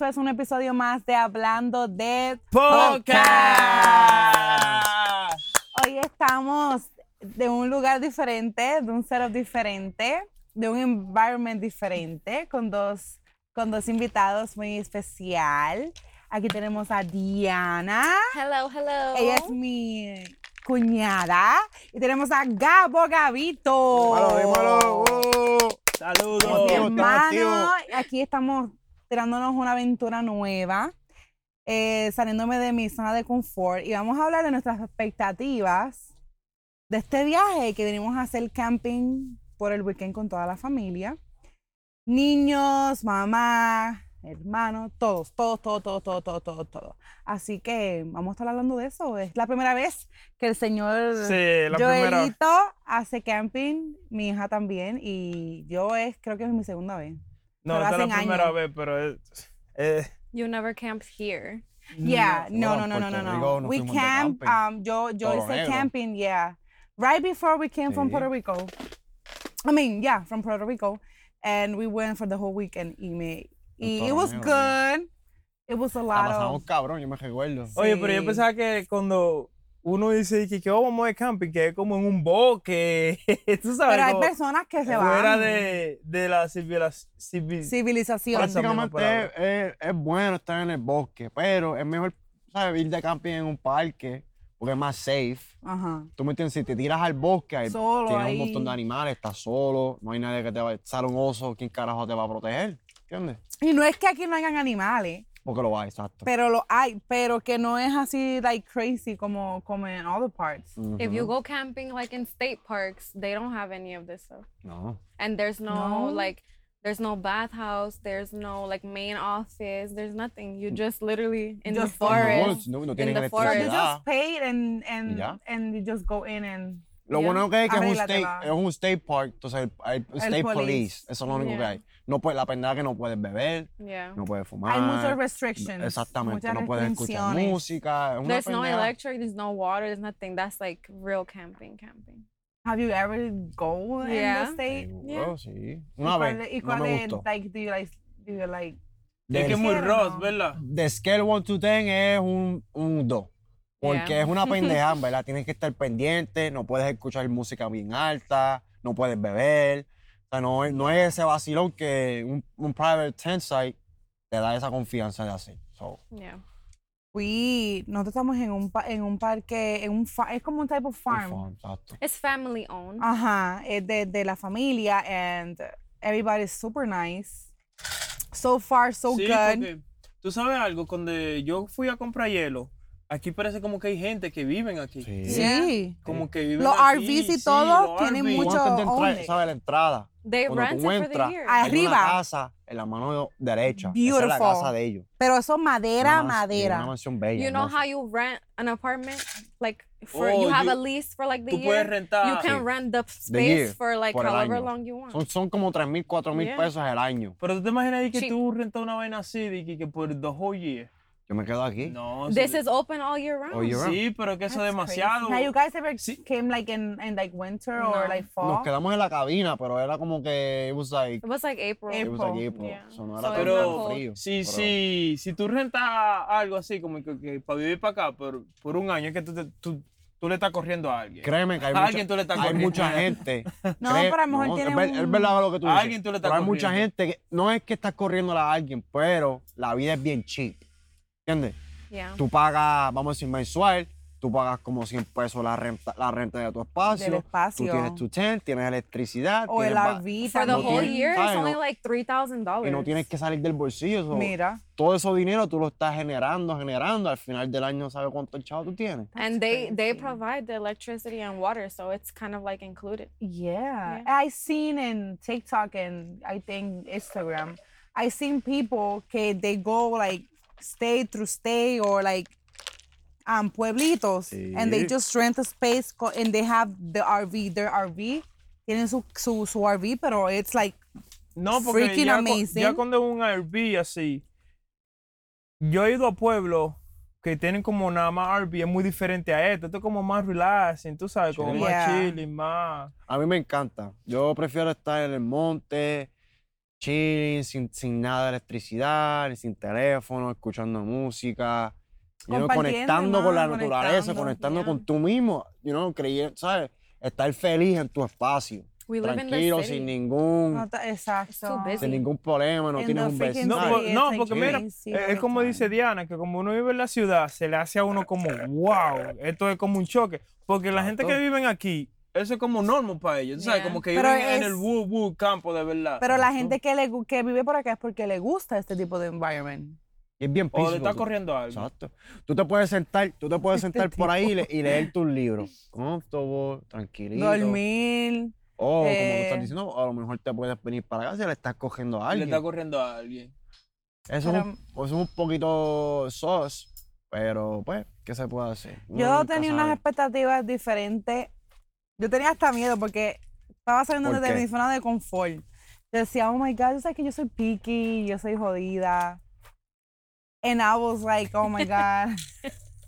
es un episodio más de Hablando de Podcast. Hoy estamos de un lugar diferente, de un setup diferente, de un environment diferente, con dos, con dos invitados muy especial. Aquí tenemos a Diana, Hello, hello. ella es mi cuñada, y tenemos a Gabo Gavito. Dímalo, dímalo. Uh, Pues, mi Saludos. hermano, aquí estamos tirándonos una aventura nueva, eh, saliéndome de mi zona de confort y vamos a hablar de nuestras expectativas de este viaje que venimos a hacer camping por el weekend con toda la familia. Niños, mamá, hermano, todos, todos, todos, todos, todos, todos, todos, todos. Así que vamos a estar hablando de eso. Es la primera vez que el señor Sí, la primera. Joelito hace camping, mi hija también, y yo es, creo que es mi segunda vez. Mm, No, pero esta es la hacen primera años. vez, pero es. eh, You never camped here. Yeah, no, no, en no, no, no, Puerto no. Rico nos we fuimos de camp, camping. um, yo, yo Toro hice Negro. camping, yeah. Right before we came from Sí. Puerto Rico. I mean, yeah, from Puerto Rico. And we went for the whole weekend, y me, y En it Toro was Negro, good. It was a La lot pasamos of, cabrón, yo me recuerdo. Oye, pero yo Sí. pensaba que cuando uno dice que, que oh, vamos de camping, que es como en un bosque. Tú sabes. pero hay como personas que se van. Fuera de, de la civilización. Civilización. Esa misma Prácticamente es, es- es bueno estar en el bosque, pero es mejor ¿sabes? ir de camping en un parque porque es más safe. Ajá. Tú me entiendes, si te tiras al bosque, ahí Solo tienes ahí. un montón de animales, estás solo, no hay nadie que te va a... Sale un oso, ¿quién carajo te va a proteger? ¿Entiendes? Y no es que aquí no hayan animales. Porque lo va, exacto. Pero lo hay, pero que no es así like crazy como, como en other parts. Mm, If you go camping like in state parks, they don't have any of this stuff. No. And there's No. no, like there's no bathhouse, there's no like main office, there's nothing. You just literally in Just the in the forest. No, no, no tienen the So forest. you electricidad. just pay and and Ya. and you just go in and Lo Ya. bueno que es que es un, state, Arréglatela. es un state park, entonces el- hay state police. police. eso es lo único que Ya. hay. No puede, la pendeja que no puedes beber, Yeah. no puedes fumar. hay muchas restrictions. Ah, Exactamente, muchas no puedes escuchar restricciones. música. es una There's no pendeja. electric, there's no water, there's nothing. That's like real camping, camping. Have you ever go in Yeah. the state? Seguro, sí. ¿Y Una cuál- ¿Y vez, no cuál me es, gustó. like, do you like, do you like? Es que es De, muy ¿Quisieron o rough, no? ¿verdad? de scale 1 to 10 es un, un 2. Porque Yeah. es una pendeja, ¿verdad? Tienes que estar pendiente, no puedes escuchar música bien alta, no puedes beber. O sea, no, es- no es ese vacilón que un, un private tent site te da esa confianza de hacer. So, Yeah. Uy, nosotros estamos en un pa- en un parque, en un fa- es como un type of un farm. farm, exacto. It's family Ah, owned. Ajá, es de, de la familia and everybody's super nice. So far so sí, good. porque tú sabes algo, cuando yo fui a comprar hielo, aquí parece como que hay gente que viven aquí. Sí. Sí. Como que viven Los aquí, RVs y sí, todo los tienen RVs. Tú mucho- antes de entrar, owners. ¿sabes? La entrada. They Cuando rent tú it for the entras, year. I- hay una Arriba. casa en la mano derecha. Esa es la Beautiful. casa de ellos. Pero eso madera, Una mas- madera. Una mansión bella. You know hermosa. how you rent an apartment? Like for Oh, you have you- a lease for like the Tú year. puedes rentar. you can Sí. rent the year, space for like por el however año. long you want. son, son como 3 mil, 4 mil Yeah. pesos al año. Pero tú te imaginas ahí que Sí. tú rentas una vaina así de que, que por the whole year. Yo me quedo aquí. No, eso This de- is open all year round. All year round. Sí, pero que eso es That's demasiado. crazy. Now you guys ever Sí. came like in, in like winter or No. like fall? Nos quedamos en la cabina, pero era como que it was like, It was like April. it April. was like April. Yeah. So no So era it was tan not tan cold. frío. Sí, pero- sí, si tú rentas algo así, como que, para vivir para acá por, por un año, es que tú, te- tú, tú le estás corriendo a alguien. Créeme que hay A mucha, alguien tú le estás hay corriendo. mucha gente. No, pero a lo mejor no, tiene es, ver- un- es verdad lo que tú A dices. alguien tú le estás pero hay mucha corriendo. gente que no es que estás corriendo a alguien, pero la vida es bien cheap. ¿Entiendes? Yeah. Tú pagas, vamos a decir, mensual, tú pagas como 100 pesos la renta, la renta de tu espacio. Del espacio. Tú tienes tu tent, tienes electricidad. o el tienes ba- RV For the no whole tiene- también. year, it's ¿sabes? only No- like three thousand dollars. Y no tienes que salir del bolsillo. so, Pues Mira. Todo ese dinero tú lo estás generando, generando. Al final del año, ¿sabes cuánto chavo tú tienes? And they they crazy. provide the electricity and water, so it's kind of like included. Yeah. Yeah. I seen in TikTok and I think Instagram, I seen people que they go like stay through stay or like um pueblitos and they Sí. just rent a space co- and they have the RV, their RV. Tienen su, su, su RV, pero it's like No, porque Freaking ya, cu- amazing. ya cuando es un RV así, yo he ido a pueblos que tienen como nada más RV, es muy diferente a esto. Esto es como más relaxing, tú sabes, como Chilling. más Yeah. chilling, más. A mí me encanta. Yo prefiero estar en el monte, chilling, sin, sin nada de electricidad, ni sin teléfono, escuchando música. you know, Compartiendo, conectando con la mano, naturaleza, conectando, conectando yeah. con tú mismo. You know, creyendo, ¿sabes? Estar feliz en tu espacio. We live in Tranquilo, the sin city. ningún, No ta- exacto. busy. sin ningún problema, no Ah, En tienes the un freaking No, Sí, vecino. por- es no, tan porque chévere. mira, Sí, es, es pero como tal. dice Diana, que como uno vive en la ciudad, se le hace a uno como, wow, esto es como un choque. Porque la gente que Exacto. viven aquí, eso es como normal para ellos, ¿sabes? Yeah. Como que Pero viven en es- el woo woo campo de verdad. Pero la gente que, le, gu- que vive por acá es porque le gusta este tipo de environment. Y es bien o le peaceful, está tú- corriendo algo. Exacto. Tú te puedes sentar, tú te puedes Este sentar por ahí y, le- tipo. y leer tus libros. Comfortable, tranquilito. Dormir. O como tú eh, estás diciendo, a lo mejor te puedes venir para acá si le estás cogiendo a Le alguien. está corriendo a alguien. Eso es, Pero- un, pues, eso es un poquito sos, pero pues, ¿qué se puede hacer? Uno Yo nunca tenía unas sabe. expectativas diferentes. Yo tenía hasta miedo porque estaba saliendo ¿Por desde qué? mi zona de confort. Yo decía, oh my God, yo sé que yo soy picky, yo soy jodida. And I was like, oh my God.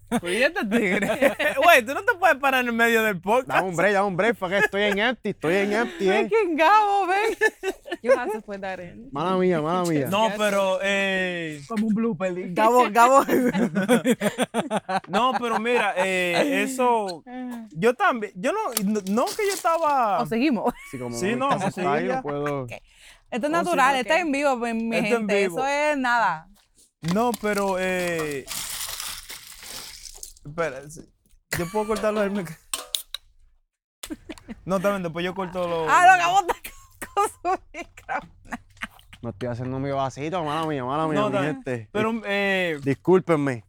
Pero ya te tigre. Güey, tú no te puedes parar en el medio del podcast. Dame un break, dame un break, porque estoy en empty, estoy en empty, eh. Freaking Gabo, ven. You have to put that in. Mala mía, mala mía. No, pero, eh, Como un blooper. Gabo, Gabo. no, pero mira, eh, eso, yo también, yo no, no, no que yo estaba, o seguimos. Sí, como Sí, no, estamos sí, ahí, ya. no puedo. Esto es sí, natural, ok. está en vivo, pues, Esto mi en gente. vivo. Eso es nada. no, pero, eh, espera, sí. yo puedo cortarlo del mic- No, también, después yo corto los... Ah, no, Gabo está con su micrófono. No estoy haciendo mi vasito, mala mía, mala mía, No, mi también. gente. Pero, eh, Discúlpenme.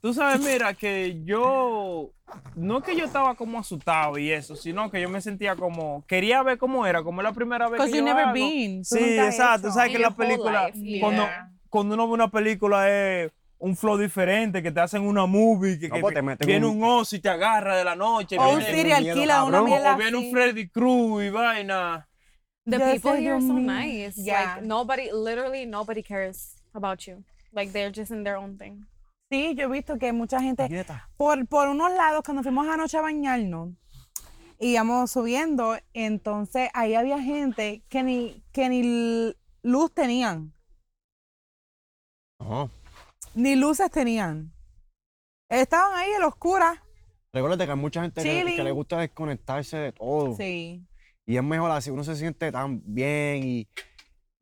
Tú sabes, mira, que yo, no que yo estaba como asustado y eso, sino que yo me sentía como, quería ver cómo era, como es la primera vez que Because yo you never hago. been. Tú Sí, nunca has exacto, hecho. sabes que In la your whole película, life, cuando, yeah. cuando uno ve una película es un flow diferente, que te hacen una movie, que, No, que pues, te- te meten viene un- un oso y te agarra de la noche, O un viene, serial miedo, killer, una cabrón. o- mierda o viene así. un Freddy Cruz y vaina. Yo The people decía, here are "Dios so mío." nice. Yeah. Like nobody, literally nobody cares about you. Like they're just in their own thing. Sí, yo he visto que mucha gente, Quieta. por, por unos lados, cuando fuimos anoche a bañarnos, y íbamos subiendo, entonces ahí había gente que ni, que ni l- luz tenían, No. ni luces tenían. Estaban ahí en la oscura. Recuerda que hay mucha gente que, que Chilling. le gusta desconectarse de todo. Sí. Y es mejor así, uno se siente tan bien y,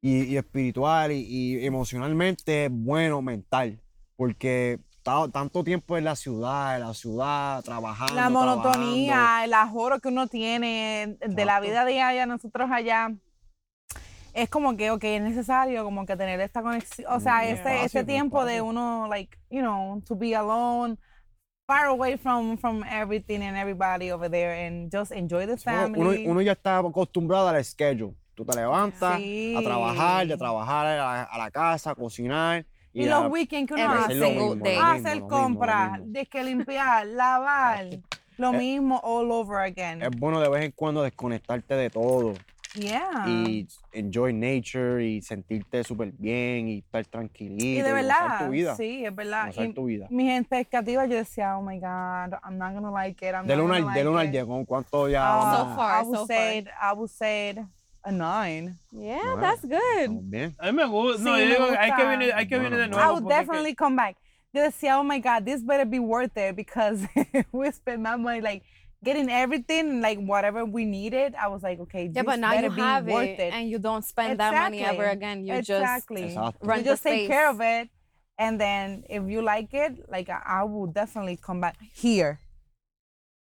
y, y espiritual y, y emocionalmente bueno, mental. Porque ta- tanto tiempo en la ciudad, en la ciudad, trabajando. La trabajando. monotonía, el ajoro que uno tiene de la Exacto. vida diaria, nosotros allá. Es como que, ok, es necesario como que tener esta conexión, o sea, Mm, este, espacio, este un tiempo de espacio. uno, like, you know, to be alone, far away from, from everything and everybody over there and just enjoy the Uno- Uno, family. uno ya está acostumbrado al schedule. Tú te levantas Sí. a trabajar, de trabajar a la, a la casa, a cocinar. y a- los weekends que uno Every hace, hacer lo single mismo, lo day. mismo, lo hacer mismo, lo compras, mismo. Eh, de que limpiar, lavar, lo mismo all over again. Es bueno de vez en cuando desconectarte de todo. yeah. y enjoy nature y sentirte súper bien y estar tranquilito. Y de gozar verdad, tu vida. sí, es verdad. gozar Y tu vida. mis expectativas, yo decía, oh my God, I'm not gonna like it. I'm Del not 1 gonna al like del uno al it. 10, ¿con cuánto ya Ah, vamos? So far, I would so far. say, I would say a nine. Yeah, Wow. that's good. Estamos bien. A mí me gusta, no, Sí, yo me digo, hay que gusta. venir, hay que venir de Bueno, nuevo. I would porque es que- definitely come back. Yo decía, oh my God, this better be worth it because we spent my money like getting everything, like whatever we needed. I was like, okay, Yeah, this but now better you be have worth it, and you don't spend that money ever Exactly. again. You exactly. Exacto. run you the just take care space. of it and then if you like it like i, I will definitely come back here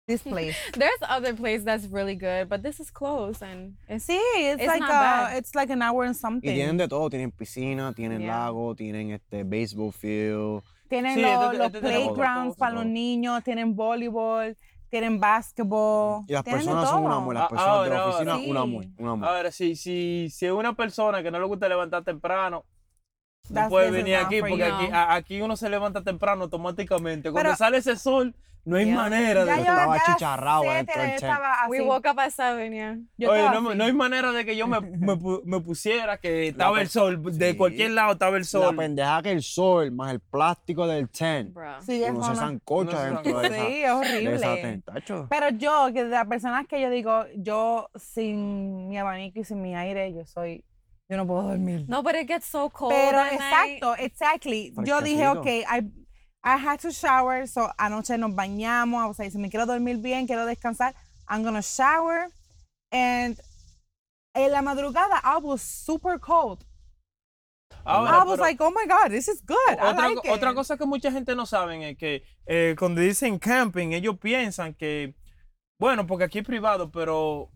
this place just there's other place that's really good, but this is close and it's see it's, It's like not a, bad. it's like an hour and Y tienen something de todo, tienen piscina, tienen Yeah. lago, tienen este baseball field. tienen Sí, lo- este- los este tenemos todo, playgrounds todo. para los niños tienen voleibol tienen basketball Y las tienen de personas son un todo. amor, las Ah, personas de la ahora, oficina ahora. un amor, un amor. Ahora, si, si, si es una persona que no le gusta levantar temprano, That's no puede business venir now aquí for porque you. aquí, a- aquí uno se levanta temprano automáticamente. Cuando Pero- sale ese sol, no hay Yeah. manera de... ya yo estaba desde las achicharrado siete, adentro del yo tent. estaba así. we woke up at seven, yeah. Yo Oye, estaba no, me- así. no hay manera de que yo me, me pu- me pusiera que estaba pe- el sol, de Sí. cualquier lado estaba el La sol. pendeja que el sol, más el plástico del tent. Bro. Sí, Uno se eso no- zancocha Uno se dentro zancocha. de esa, sí, es de esa horrible tent, tacho. Pero yo, que de las personas que yo digo, yo sin mi abanico y sin mi aire, yo soy Yo no puedo dormir. No, but it gets so cold. Pero at night. exacto, exactly. Yo dije, Fresquecito. ok, I, I had to shower, so anoche nos bañamos, o sea, si me quiero dormir bien, quiero descansar, I'm gonna shower. And en la madrugada, I was super cold. Ahora, I was pero- like, oh my God, this is good. I Otra, like co- otra it. cosa que mucha gente no saben es que eh, cuando dicen camping, ellos piensan que, bueno, porque aquí es privado, pero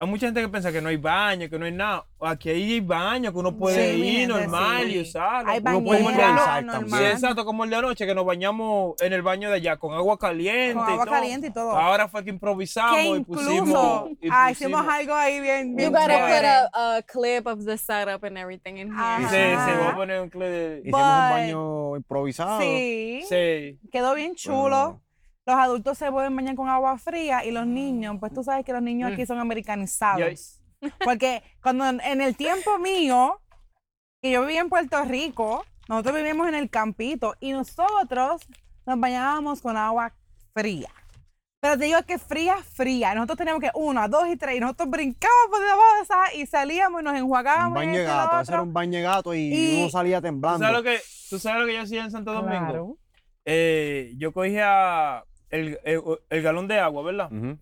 hay mucha gente que piensa que no hay baño, que no hay nada. Aquí hay baño que uno puede Sí, mi ir gente, normal sí. y usarlo. Hay Uno puede bañera, bañarlo. bañera improvisar también. Sí, normal. exacto, como el de anoche, que nos bañamos en el baño de allá con agua caliente. Con y agua todo. caliente y todo. Ahora fue que improvisamos que y incluso pusimos. y ah, pusimos- hicimos algo ahí bien, You bien gotta chévere. put a, a clip of the setup and everything in here. Sí, Ajá. sí, voy a poner un clip de- Hicimos un But- baño improvisado. Sí, Sí. quedó bien chulo. Los adultos se pueden bañar con agua fría y los niños, pues tú sabes que los niños Mm. aquí son americanizados. Porque cuando en- en el tiempo mío, que yo vivía en Puerto Rico, nosotros vivíamos en el campito y nosotros nos bañábamos con agua fría. Pero te digo que fría, fría. Nosotros teníamos que una, dos y tres. Y nosotros brincábamos por debajo de esa y salíamos y nos enjuagábamos. Un y baño esto de y lo gato, ese otro. era un baño de gato y, Y- uno salía ¿Tú sabes, temblando. lo que, ¿Tú sabes lo que yo hacía en Santo Domingo? Claro. eh, yo cogía el, el- el galón de agua, ¿verdad? Ujú.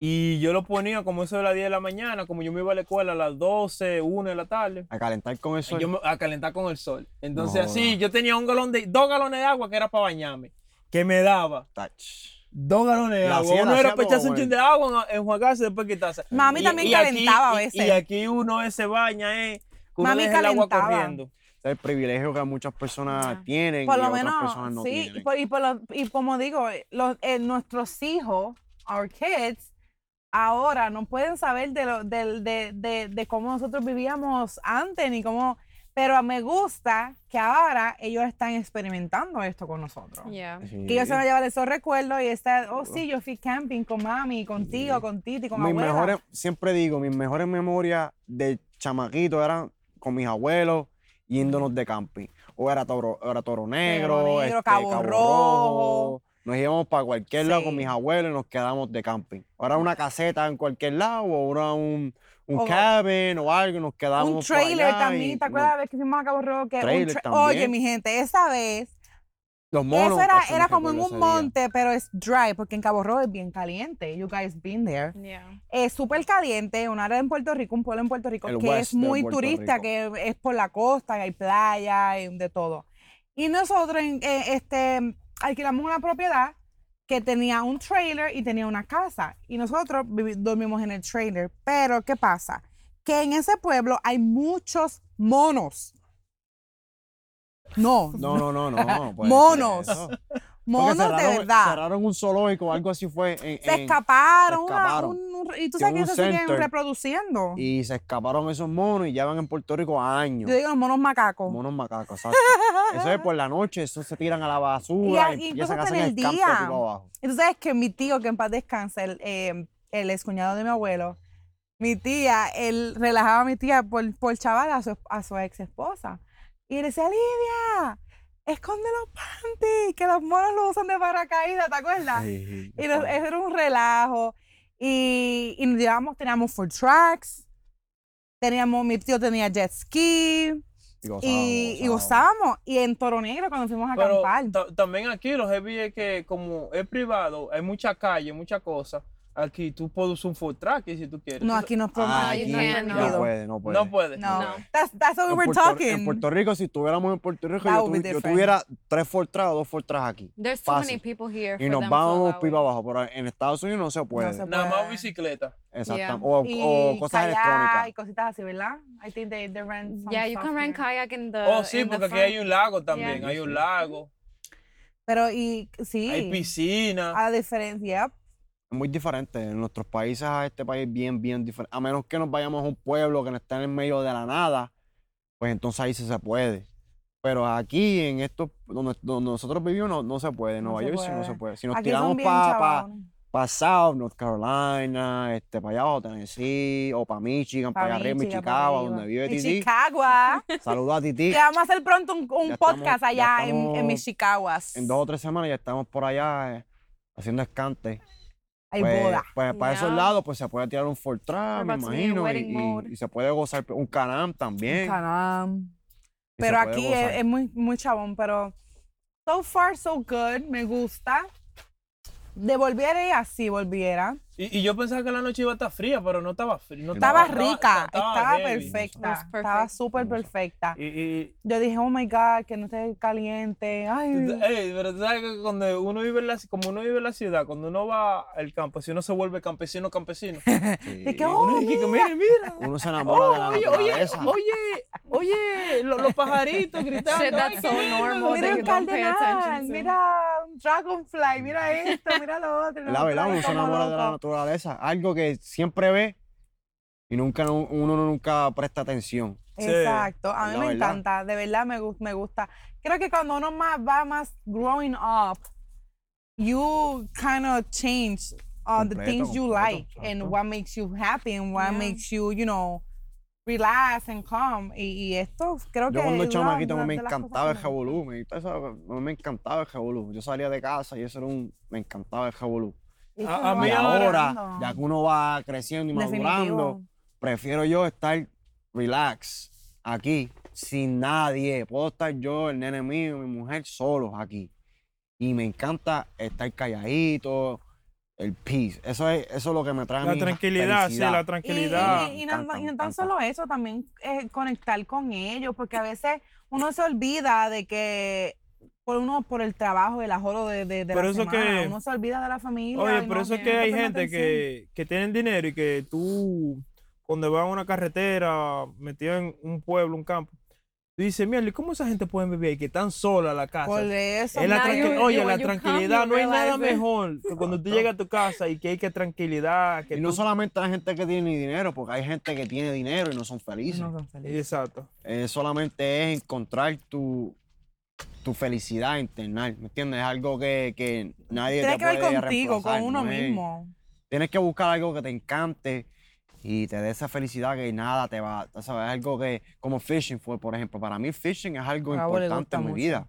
Y yo lo ponía como eso de las 10 de la mañana, como yo me iba a la escuela a las 12, 1 de la tarde, A calentar con eso. yo me- a calentar con el sol. Entonces No. así, yo tenía un galón de, dos galones de agua que era para bañarme, que me daba. Dos galones de La agua. hacía, uno la era hacía para echarse todo, un chin güey. de agua, en- enjuagarse, después quitarse. Mami también calentaba aquí, a y- veces. Y, aquí uno se baña, eh, que uno Mami deja el agua calentaba. corriendo. Es el privilegio que muchas personas Ah. tienen por y lo otras menos, personas no sí, y, tienen. por- y por lo- y como digo, eh, los, eh, nuestros hijos, our kids, ahora no pueden saber de, lo, del- de, de- de cómo nosotros vivíamos antes, ni cómo, pero me gusta que ahora ellos están experimentando esto con nosotros. Yeah. Sí. Que ellos se van a llevar esos recuerdos y está, oh sí, yo fui camping con mami, con tío, con titi, con mis abuela. mejores, siempre digo, mis mejores memorias de chamaquito eran con mis abuelos yéndonos de camping. O era toro, era toro negro, Negro, este, Cabo Cabo, Rojo. Rojo. Nos íbamos para cualquier lado con Sí. mis abuelos y nos quedamos de camping. Ahora una caseta en cualquier lado, o era un, un O- cabin o algo, y nos quedamos un por trailer allá y también, ¿te acuerdas nos- la vez que fuimos a Cabo Rojo? Que un Trailer tra- también. Oye, mi gente, esa vez los monos. Eso era, tacho, me era como en recuerdo un ese día. monte, pero es dry, porque en Cabo Rojo es bien caliente. You guys been there. Yeah. Es súper caliente, un área en Puerto Rico, un pueblo en Puerto Rico, El que es west de muy Puerto turista, Rico. que es por la costa, que hay playa, y de todo. Y nosotros en- eh, este, alquilamos una propiedad que tenía un trailer y tenía una casa. Y nosotros vivi- dormimos en el trailer. Pero, ¿qué pasa? Que en ese pueblo hay muchos monos. No, No, no, no, no. no puede ser Monos. eso. Porque monos cerraron- de verdad. Cerraron un zoológico, algo así fue. en- se en- escaparon, se una- escaparon. un- un- y tú sabes que Y hubo un ellos se siguen center. reproduciendo. Y se escaparon esos monos y llevan en Puerto Rico años. Yo digo los monos macacos. Monos macacos, exacto. Eso es por la noche, eso se tiran a la basura. Y- y empiezan incluso a hasta hacer en el escape día. aquí para abajo. Y tú sabes que mi tío, que en paz descansa, el, eh, el excuñado de mi abuelo, mi tía, él relajaba a mi tía por, por chaval a su, a su ex esposa. Y le decía, Lidia, esconde los panties, que los monos lo usan de paracaídas, ¿te acuerdas? Y nos- eso era un relajo. Y, y nos llevábamos, teníamos food tracks, teníamos, mi tío tenía jet ski. Y gozábamos, y, y gozábamos. gozábamos. Y en Toro Negro cuando fuimos a Pero acampar. ta- también aquí los heavy es que como es privado, hay mucha calle, muchas cosas. Aquí tú puedes usar un food track y si tú quieres. No, Tú- aquí no Ah, podemos you aquí no, can't, no, prohibido. no. puede, no puede. No puedes. No. No. That's, that's what En we were Puerto, talking. En Puerto Rico, si estuviéramos en Puerto Rico, That yo, would be tuvi- yo different. tuviera tres Fortras o dos Fortras aquí. There's too many Fácil. people here. Y for nos them to vamos allow pipa it. abajo, pero en Estados Unidos no se puede. se Nada puede. más bicicleta. Exactam- Yeah. Y O, o cosas kayak Y electrónicas. cositas así, ¿verdad? I think they, they rent some Yeah, you stuff can rent here. kayak in the. Oh, sí, in the porque aquí front. hay un lago también, Yeah. hay un lago, Pero y sí. hay piscina. A diferencia. yep. Es muy diferente. En nuestros países a este país bien, bien diferente. A menos que nos vayamos a un pueblo que no está en el medio de la nada, pues entonces ahí sí se puede. Pero aquí, en estos, donde, donde nosotros vivimos, no, no se puede. En No Nueva se York sí no puede. se puede. Si nos Aquí son tiramos bien para chavalones. South, North Carolina, este, para allá abajo, Tennessee, o para Michigan, para allá arriba, Michigan, para Michicaba, arriba. donde vive En Titi. Chicago. Saludos a Titi. Que vamos a hacer pronto un, un Ya podcast estamos- ya allá en, estamos en Michicaguas. En dos o tres semanas ya estamos por allá eh, haciendo escante. Hay pues, boda. pues para esos Yeah. lados, pues se puede tirar un Fortran, me We're about to be in imagino. y- wedding Y, mode. y se puede gozar un Canam también. Caramba. y se Pero puede aquí eh, gozar. es, es muy, muy chabón, pero so far so good, me gusta. Devolviera y así volviera. Y, y yo pensaba que la noche iba a estar fría, pero no estaba fría. No Estaba estaba- rica, estaba estaba heavy. perfecta, It was estaba perfect. súper perfecta. Y, y- Yo dije, oh my God, que no esté caliente. Ay, Ey, pero tú sabes que cuando uno vive en la, como uno vive en la ciudad, cuando uno va al campo, si uno se vuelve campesino, campesino. Sí. de que, uno oh, dice que, mira, mira, mira. Uno se enamora de Oh, la oye, oye, naturaleza. oye, oye, lo- los pajaritos gritando. Shit, ay, that's qué so lindo. mira normal. that un you don't pay cardenal, attention to. mira un dragonfly, mira esto, mira lo otro. La verdad, uno se como enamora de la loco. naturaleza. Algo que siempre ve y nunca uno nunca presta atención. Sí. Exacto, a mí La me verdad. encanta, de verdad me, gus- me gusta. Creo que cuando uno más va más growing up, you kind of change on the Completo, things you completo, like exacto. and what makes you happy and what Yeah. makes you, you know, relax and calm. Y, y esto creo que Yo cuando es una chamaquito a mí de me las cosas encantaba el que me- jabolú, me, gusta esa- a mí me encantaba el jabolú. Yo salía de casa y eso era un... me encantaba el jabolú. Eso A- lo a Y mí vas Ah, ahora, aprendiendo. ya que uno va creciendo y Definitivo. madurando, prefiero yo estar relax aquí, sin nadie. Puedo estar yo, el nene mío, mi mujer, solos aquí. Y me encanta estar calladito, el peace. Eso es, eso es lo que me trae a La mí tranquilidad, sí, felicidad. la Y, y- tranquilidad. y- y no, Encanta, y no me tan encanta. solo eso, también eh, conectar con ellos, porque a veces uno se olvida de que por uno por el trabajo, el ajoro de, de, de la Pero eso semana, que- uno se olvida de la familia. Oye, y pero no- eso es no que hay prestan gente atención. que, que tienen dinero y que tú, cuando vas a una carretera, metido en un pueblo, un campo, tú dices, mierda, ¿y cómo esa gente puede vivir ahí? Que están sola la casa. Por eso. Es la Now nadie- tranqui- you- Oye, you- la when you come, tranquilidad, you no hay nada realize it. mejor que cuando tú llegas a tu casa y que hay que tranquilidad. Que Y no tú- solamente la gente que tiene dinero, porque hay gente que tiene dinero y no son felices. No son felices. Exacto. Eh, solamente es encontrar tu, tu felicidad interna, ¿me entiendes? Es algo que, que nadie Tiene te que ver puede contigo, reemplazar, con uno no es- mismo. Tienes que buscar algo que te encante y te dé esa felicidad que nada te va, tú ¿sabes? Algo que, como fishing fue, por ejemplo, para mí fishing es algo A Gabo le gusta importante en mi mucho. vida,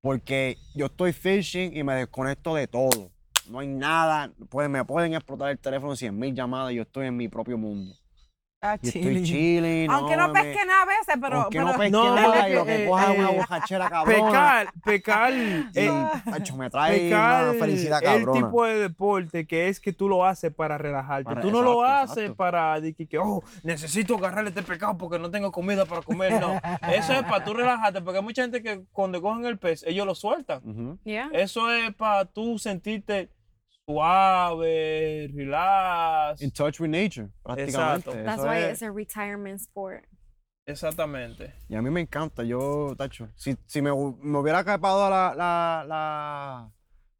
porque yo estoy fishing y me desconecto de todo. No hay nada, pues me pueden explotar el teléfono 100 mil llamadas y yo estoy en mi propio mundo. Está Y chilling. estoy chilling. Aunque no me- pesque nada a veces, pero. aunque pero- no pesque No, nada y eh, lo que eh, coja es una eh, borrachera cabrona. Pecar, pecar. Y, eh, tacho, me trae pecar una felicidad el cabrona. tipo de deporte que es que tú lo haces para relajarte. Para- tú no lo exacto, haces exacto. para de que, que, oh, necesito agarrarle este pecado porque no tengo comida para comer. No, eso es para tú relajarte porque hay mucha gente que cuando cogen el pez, ellos lo sueltan. Ujú. Yeah. Eso es para tú sentirte suave, relax. In touch with nature, Exacto. prácticamente. That's Eso why es- it's a retirement sport. Exactamente. Y a mí me encanta, yo, tacho, si, si me, hu- me hubiera capado la, la, la,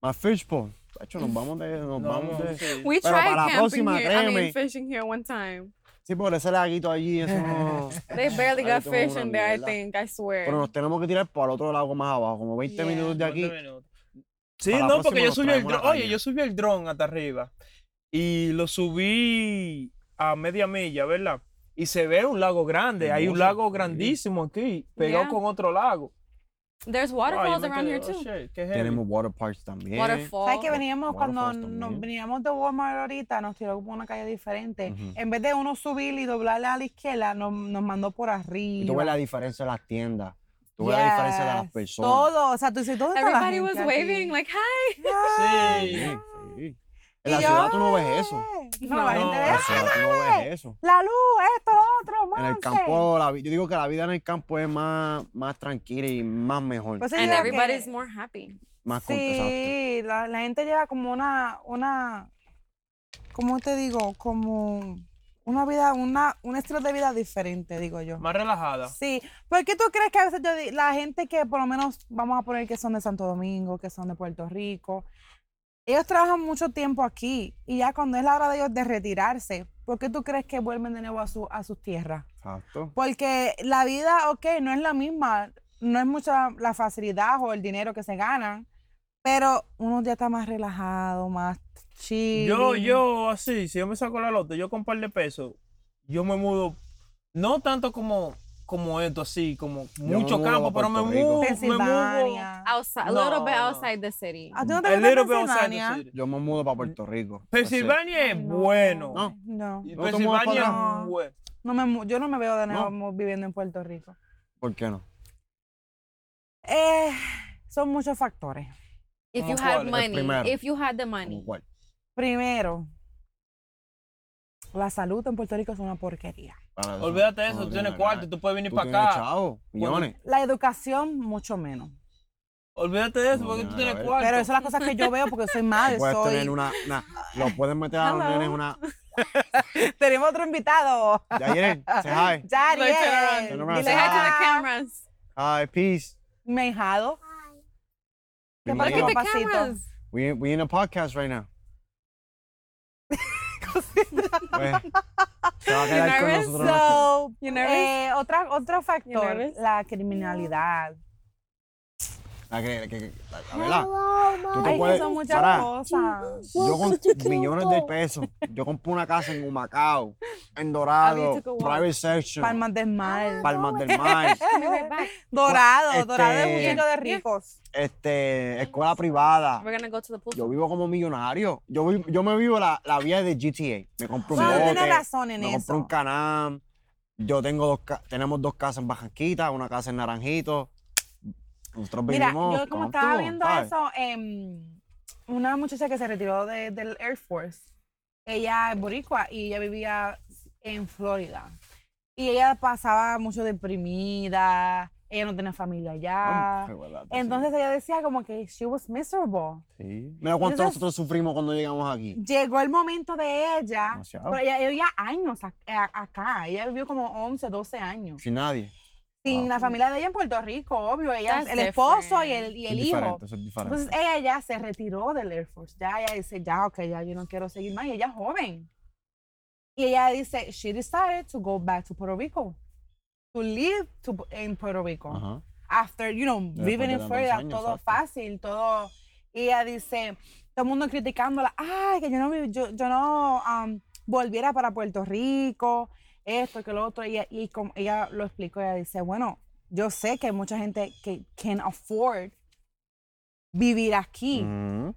la fishbowl, tacho, nos vamos de, nos No, vamos de. sí. We Pero tried para la camping próxima, here. I créeme. mean, fishing here one time. Sí, porque ese laguito allí, eso no- They barely Ahí got tengo una fish in there, I mierda. think. I swear. Pero nos tenemos que tirar para el otro lado más abajo, como 20 Yeah. minutos de aquí. 20 minutos. Sí, Para la no, próxima porque yo nos subí el traemos dron. una Oye, caña. yo subí el dron hasta arriba y lo subí a media milla, ¿verdad? Y se ve un lago grande. Hay un Hermoso, lago sí. grandísimo aquí, pegado Yeah. con otro lago. There's Ay, yo waterfalls me around quedé, here oh, too. shit, qué heavy. Tenemos water parks también. Waterfall. ¿Sabes que veníamos Oh, Waterfalls cuando también. nos veníamos de Walmart ahorita? Nos tiró como una calle diferente. Ujú. En vez de uno subir y doblarle a la izquierda, nos, nos mandó por arriba. Y tú ves la diferencia de las tiendas, tú ves la diferencia de las Yes, personas. Todo, o sea, tú dices, ¿dónde está la Everybody was gente aquí? waving like hi. Sí. Sí, sí. En Y la yo, ciudad tú no ves eso. "Ay". No, la No. gente En ve, la "Ah, ciudad tú no ves eso. la luz, esto, lo otro, En el muévanse". campo, la vi- yo digo que la vida en el campo es más, más tranquila y más mejor. Pues sí, And digo everybody's que- more happy. más con- exacto. Sí, la, la gente lleva como una, una, ¿cómo te digo? Como una vida, una, un estilo de vida diferente, digo yo. Más relajada. Sí, ¿por qué tú crees que a veces yo di- la gente que por lo menos vamos a poner que son de Santo Domingo, que son de Puerto Rico, ellos trabajan mucho tiempo aquí y ya cuando es la hora de ellos de retirarse, ¿por qué tú crees que vuelven de nuevo a, su- a sus tierras? Exacto. Porque la vida, ok, no es la misma, no es mucha la facilidad o el dinero que se ganan, pero uno ya está más relajado, más chill. Yo, yo, así, si yo me saco la lote, yo con un par de pesos, yo me mudo, no tanto como como esto, así, como me mucho mudo campo, a pero me Puerto Rico. mudo, me mudo. Pensilvania. outside, a little bit No, no. outside the city. ¿A ti no te A gusta little bit outside the Pensilvania? city. Yo me mudo para Puerto Rico. pues Pensilvania es No. bueno. No. No, Y No te muevas Pensilvania para es allá. bueno. no me, mu- yo no me veo de nuevo No. mu- viviendo en Puerto Rico. Así, ¿Por qué no? Eh, son muchos factores. If you Como had cuál, el money, primero. if you had the Como money, cuál. Primero, la salud en Puerto Rico es una porquería. Para Olvídate de no eso, tú tiene tienes nada. cuarto, tú puedes venir Tú para tienes acá. chavo, millones. La educación, mucho menos. Olvídate de eso, No porque tiene tú nada tienes que ver. cuarto. Pero esas son las cosas que yo veo porque soy Tú madre. Puedes soy- tener una, una- Lo pueden meter a los Hello. nenes en una. Tenemos otro invitado. Yayen, say hi. Yariel. Say hi to Dile the say hi to the hola. cameras. Hi, peace. Me hijado. Te Look pones at como the pasito. Cameras. We, we in a podcast right now. Pues, se va a quedar con nervous? nosotros. hasta- So, You nervous? eh, otra, otro factor, nervous? la criminalidad. La que, la que, la, la verdad, tú te Ay, que puedes. son muchas Sara, cosas. Yo con millones de pesos, yo compré una casa en Humacao, en Dorado, took a walk. Private Section, Palmas, Palmas del mar. Ah. del Mar, I'll be right back. Dorado, Este- dorado es un chico de ricos. este, escuela privada. We're gonna go to the pool. Yo vivo como millonario. Yo, vi- yo me vivo la, la vida de GTA. Me compro un Bueno, bote, tienes razón en me compro un eso. canam. Yo tengo dos, ca- tenemos dos casas en Bajanquita, una casa en Naranjito. Nosotros Mira, vivimos yo como juntos, estaba viendo ¿sabes? eso, em, una muchacha que se retiró de- del Air Force, ella es boricua y ella vivía en Florida. Y ella pasaba mucho deprimida, ella no tenía familia allá. Ay, guardate, sí. ah, Entonces ella decía como que she was miserable. Sí. Mira cuánto Entonces- nosotros sufrimos cuando llegamos aquí. Llegó el momento de ella, Demasiado. pero ella, ella vivía años ac- a- acá, ella vivió como 11, 12 años. Sin nadie. Sin Wow. la familia de ella en Puerto Rico, obvio, ella, That's el esposo y el, y Eso el es hijo. diferente, eso es diferente. Entonces ella ya se retiró del Air Force, ya ella dice, ya, ok, ya yo no quiero seguir más, y ella es joven. Y ella dice, she decided to go back to Puerto Rico, to live to, in Puerto Rico. Ajá. After, you know, Después living de in tantos Florida, años, todo exacto. fácil, todo. Y ella dice, todo el mundo criticándola, ay, que yo no, vi- yo, yo no um, volviera para Puerto Rico, esto, que lo otro. Y, y como ella lo explicó, ella dice, bueno, yo sé que hay mucha gente que can afford vivir aquí. Ujú.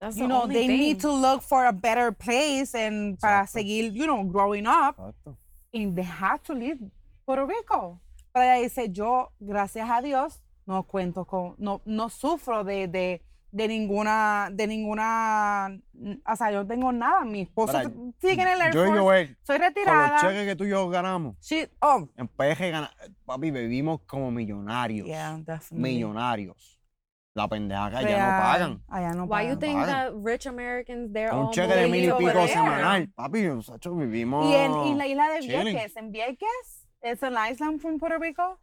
That's You the know, only they thing. need to look for a better place and para Exacto. seguir, you know, growing up Exacto. and they have to leave Puerto Rico. Pero ella dice, yo, gracias a Dios, no cuento con, no, no sufro de, de, de ninguna, de ninguna, o sea, yo no tengo nada, mi esposo Para- sigue en el Air Yo y Force, Joel, soy con los retirada. cheques que tú y yo ganamos, She, oh, en PG gana- papi, vivimos como millonarios. yeah, definitely. Millonarios. La pendeja que allá Real. no pagan. Allá no Why pagan. you think Vale. that rich Americans they're all Un cheque de moving mil y over pico there? semanal. Papi, nosotros vivimos. Y en y la isla de chilling. Vieques, en Vieques, it's an island from Puerto Rico.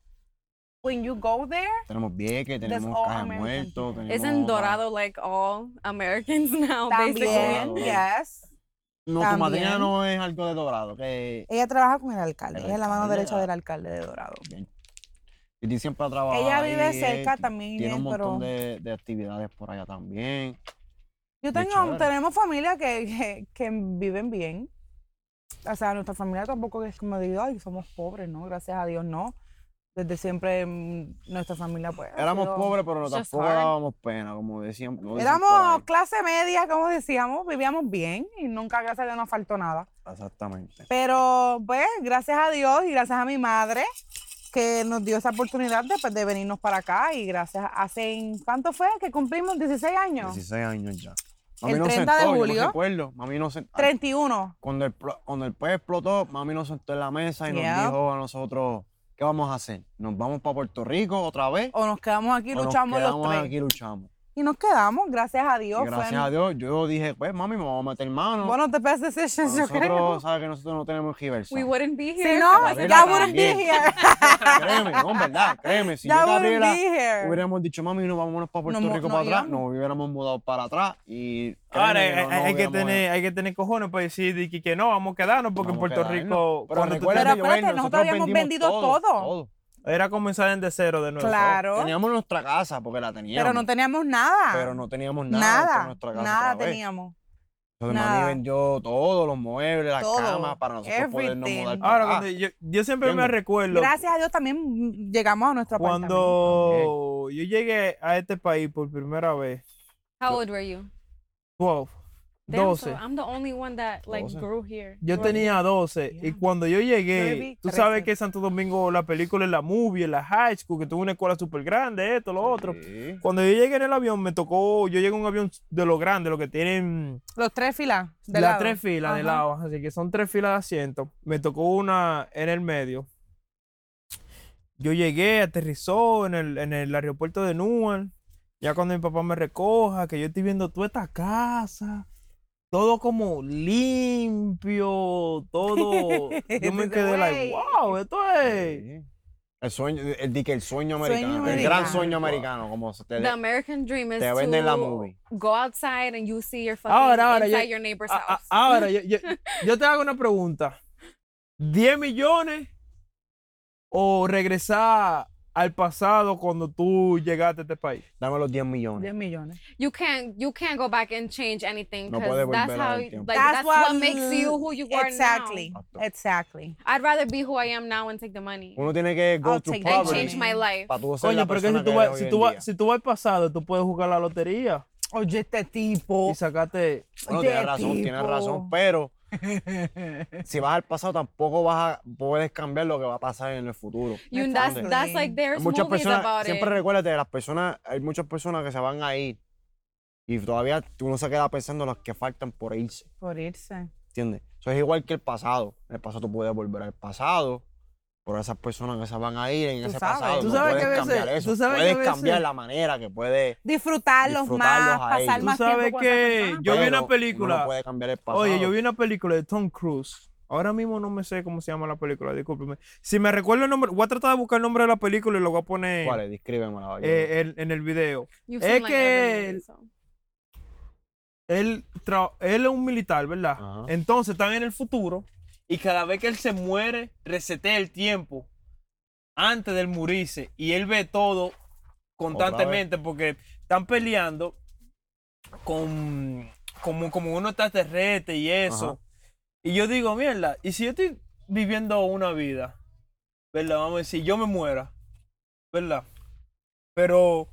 When you go there, Tenemos vieques, tenemos all caja de American. muertos. Isn't tenemos- Dorado like all Americans now, también, basically? yes. No, tu madrina también? no es algo de Dorado. Que Ella trabaja con el alcalde, El ella es la mano alcalde, derecha ah. del alcalde de Dorado. y ti siempre ha trabajado. Ella vive ahí, cerca ti- también, Tiene un bien, pero- montón de, de actividades por allá también. Yo De tengo, chévere. tenemos familia que, que, que viven bien. O sea, nuestra familia tampoco es como digo, ay, somos pobres, ¿no? Gracias a Dios, no. Desde siempre mm, nuestra familia, pues. ha Éramos sido- pobres, pero no It's just tampoco hard. dábamos pena, como decían. como dicen por Éramos ahí. clase media, como decíamos, vivíamos bien y nunca, gracias a Dios, nos faltó nada. Exactamente. Pero, pues, gracias a Dios y gracias a mi madre que nos dio esa oportunidad de, pues, de venirnos para acá y gracias, hace, ¿cuánto fue que cumplimos? 16 años. 16 años ya. El nos 30 de sentó, yo julio. No recuerdo. Mami no sentó. 31. Cuando el, plo- cuando el pez explotó, mami nos sentó en la mesa y Yeah. nos dijo a nosotros, ¿qué vamos a hacer? ¿Nos vamos para Puerto Rico otra vez? O nos quedamos aquí, o nos luchamos quedamos los tres. aquí y luchamos? Y nos quedamos, gracias a Y Dios. fue- gracias a Dios, yo dije, pues mami, me vamos a meter mano. One of the best A decisions, yo creo. nosotros, sabes que nosotros no tenemos reversa. We wouldn't be Si here. no, Gabriela ya wouldn't be también. here. Créeme, no, en verdad, créeme. Si Ya yo wouldn't Gabriela be here. hubiéramos dicho, mami, no vámonos para Puerto No mo- Rico no para atrás, íbamos. nos hubiéramos mudado para atrás y créeme Ahora, que no- hay, no hay- hay que hubiéramos- eh, tener, hay que tener cojones para decir de que, que no, vamos a quedarnos, porque vamos a en Puerto quedarnos. Rico, Pero cuando tú recuerda, tenías- Pero acuérdate, Joel, nosotros habíamos vendimos vendido todo. era comenzar en de cero de nuevo. Claro. Teníamos nuestra casa porque la teníamos. Pero no teníamos nada. pero no teníamos nada. dentro de Nada. nuestra casa Nada otra vez. teníamos. Entonces, Nada. mami vendió todos los muebles, las Todo, camas, para nosotros podernos everything. mudar. para Ahora, acá. cuando yo, yo siempre me Ah. entiendo. recuerdo Gracias a Dios también llegamos a nuestro apartamento. cuando yo llegué a este país por primera vez, How old were you? 12, Damn, 12. so I'm the only one that like 12. grew here. Yo tenía 12 y cuando yo llegué, Nueve, tú trece. sabes que en Santo Domingo la película es la movie, es la high school, que tuvo una escuela súper grande, esto, lo otro. Sí. Cuando yo llegué en el avión, me tocó, yo llegué en un avión de los grandes, los que tienen Los tres filas. de las lado. tres filas de Ajá. lado, así que son tres filas de asientos. Me tocó una en el medio. Yo llegué, aterrizó en el, en el aeropuerto de Newark. Ya cuando mi papá me recoja, que yo estoy viendo toda esta casa, todo como limpio, todo. Yo me Dice, quedé like, "Wey". wow, esto es. Sí. El sueño, el, di que el sueño Sueño americano, el americano. gran sueño americano, como se te The American dream is te venden to la movie. go outside and you see your fucking Ahora, ahora, yo- inside ah, your neighbor's A- a- house. ahora, yo, yo- yo te hago una pregunta. ¿10 millones o regresar al pasado cuando tú llegaste a este país? dame los 10 millones. 10 millones. you can't you can't go back and change anything No because puede that's volver how al like tiempo. that's, what, makes you who you are Exactly. now. Exactly. I'd rather be who I am now and take the money Uno tiene que go I'll through take that and Probably. change poverty my life. para tú ser Oye, la pero que persona si que tú, eres vas, hoy si, en tú vas, día. si tú vas al pasado, tú puedes jugar la lotería Oye, este tipo. y sacaste... Bueno, de tienes razón, tienes tipo. razón, pero si vas al pasado tampoco vas a puedes cambiar lo que va a pasar en el futuro. You and that's Exactly. that's like Hay there's muchas movies personas, about siempre it. recuérdate de las personas, hay muchas personas que se van a ir y todavía uno se queda pensando en los que faltan por irse, Por irse. ¿entiendes? Eso es igual que el pasado. En el pasado tú puedes volver al pasado, pero esas personas que se van a ir en Tú ese sabes. pasado Tú no sabes que puedes a veces- cambiar eso. tú sabes que a puedes veces- cambiar la manera que puede Disfrutarlos, Disfrutarlos más, a ellos. pasar Tú Tú más sabes tiempo con esa que persona. yo vi pero una uno película... no puede cambiar el pasado. Oye, yo vi una película de Tom Cruise. Ahora mismo no me sé cómo se llama la película, discúlpeme. Si me recuerdo el nombre, voy a tratar de buscar el nombre de la película y lo voy a poner ¿Cuál es? Descríbemela. yo- eh, en- en el video. You've Es seen like que- every movie, so. él, tra- él es un militar, ¿verdad? Ajá. Entonces están en el futuro y cada vez que él se muere, resetea el tiempo antes del morirse y él ve todo constantemente porque están peleando con como, como uno extraterrestre y eso. Ajá. Y yo digo, mierda, ¿y si yo estoy viviendo una vida? ¿Verdad? Vamos a decir, yo me muera, ¿verdad? Pero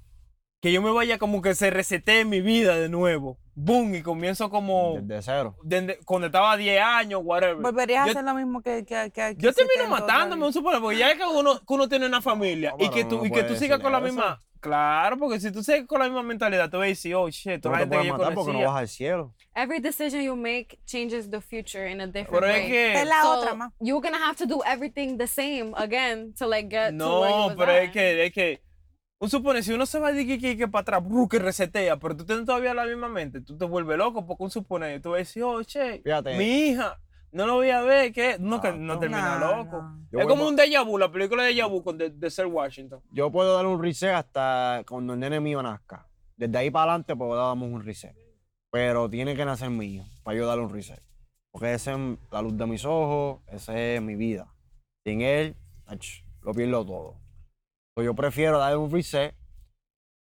que yo me vaya como que se resetee mi vida de nuevo. Boom, y comienzo como Desde cero. desde- cuando estaba 10 años, whatever. Volverías Yo- a hacer lo mismo que. que, que- que Yo hiciste termino en tu otra matándome, vida. un supongo, porque ya es que uno, que uno tiene una familia No, y que pero tú, uno y que tú puede sigas con la decirle misma. Claro, porque si tú sigues con la misma mentalidad, tú vas a decir, oh shit, Tú toda no la gente te que puedes yo matar porque no conocía. vas al cielo. Every decision you make changes the future in a different Pero es way. Esta es que. la So otra más. you're gonna have to do everything the same again to like get to where you No, was pero es at. que, es que. Un supone, si uno se va de que, que, que para atrás, bru, que resetea, pero tú tienes todavía la misma mente, tú te vuelves loco, porque un supone, tú vas a decir, oh che, Fíjate. mi hija, no lo voy a ver, que. No, que Exacto. no termina No, loco. no. Yo es como vuelvo- un déjà vu, la película de déjà vu con de, de Ser Washington. Yo puedo dar un reset hasta cuando el nene mío nazca. Desde ahí para adelante puedo darnos un reset. Pero tiene que nacer mi hijo para yo darle un reset. Porque esa es la luz de mis ojos, esa es mi vida. Sin él, ach, lo pierdo todo. So, yo prefiero darle un reset.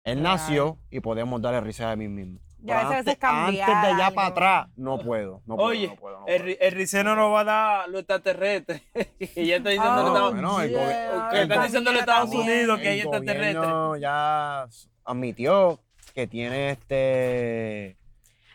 Él Claro. nació y podemos darle reset a mí mismo. Ya Pero esa vez es antes, antes cambiar de ya algo. para atrás, no puedo. No puedo, Oye, no puedo, no el, puedo. ri- el Riceno nos va a dar los extraterrestres. y ya está diciendo Ah, que estamos- bueno, el yeah. que están diciendo los Estados También. Unidos que El hay extraterrestres. gobierno ya admitió que tiene este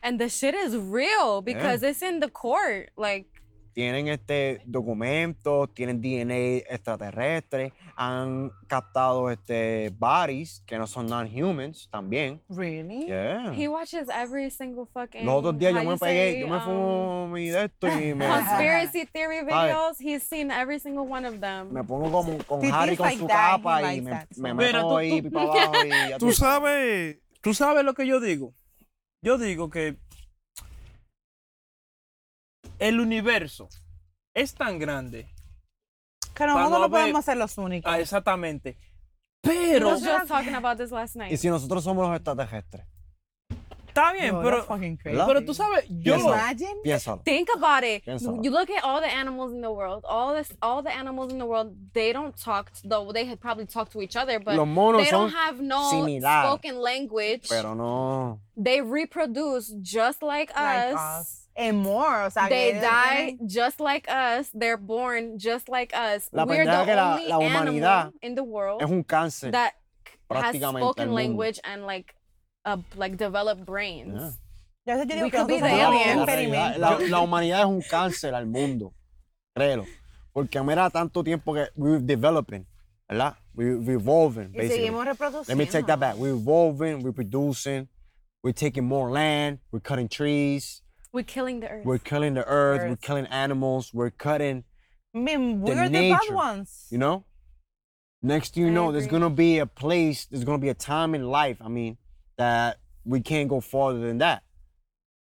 and the shit is real because it's in the court. Like tienen este documentos, tienen DNA extraterrestre, han captado este bodies que no son non-humans también. Really? Yeah. he watches every single fucking. Los otros días how yo me you pegué, say, yo me um, fumo mi de esto y me, Conspiracy theory Ay. videos. He's seen every single one of them. me pongo como con He Harry thinks con like su that, he capa y likes me, that me song. Mira, meto tú- ahí tú- para abajo y ya tú sabes, tú sabes lo que yo digo. Yo digo que el universo es tan grande, Que nosotros Vamos a no ver. podemos ser los únicos. ah, exactamente. I Pero was just talking about this last Y night. si nosotros somos los extraterrestres, está bien, Yo, pero, that's fucking crazy. ¿Verdad? pero tú sabes, yo... Piénsalo, Imagine. piénsalo. Think about it. Piénsalo. You look at all the animals in the world. All this, all the animals in the world. They don't talk. Though they had probably talk to each other, but Los monos they son don't have no similar. spoken language. Pero no. They reproduce just like Like us. us. And eh, more. O sea, que They ellos die tienen- just like us. They're born just like us. La We're the pendeja que la- only la humanidad animal in the world Es un cáncer. that has prácticamente al spoken mundo. language and like a like developed brains. Yeah. Yo a veces yo digo We que could be nosotros the somos un aliens. La, realidad- experimento. la- la humanidad es un cáncer al mundo, créelo. Porque mira tanto tiempo que we're developing, ¿verdad? We, we're evolving, Y basically. seguimos Let me take reproduciendo. that back. We're evolving, we're producing, we're taking more land, we're cutting trees, We're killing the earth. we're killing the earth, we're Earth. killing animals, we're cutting, I mean, we're the bad nature, ones. you know? Next thing you I know, there's agree. gonna be a place, there's gonna be a time in life, I mean, that we can't go farther than that.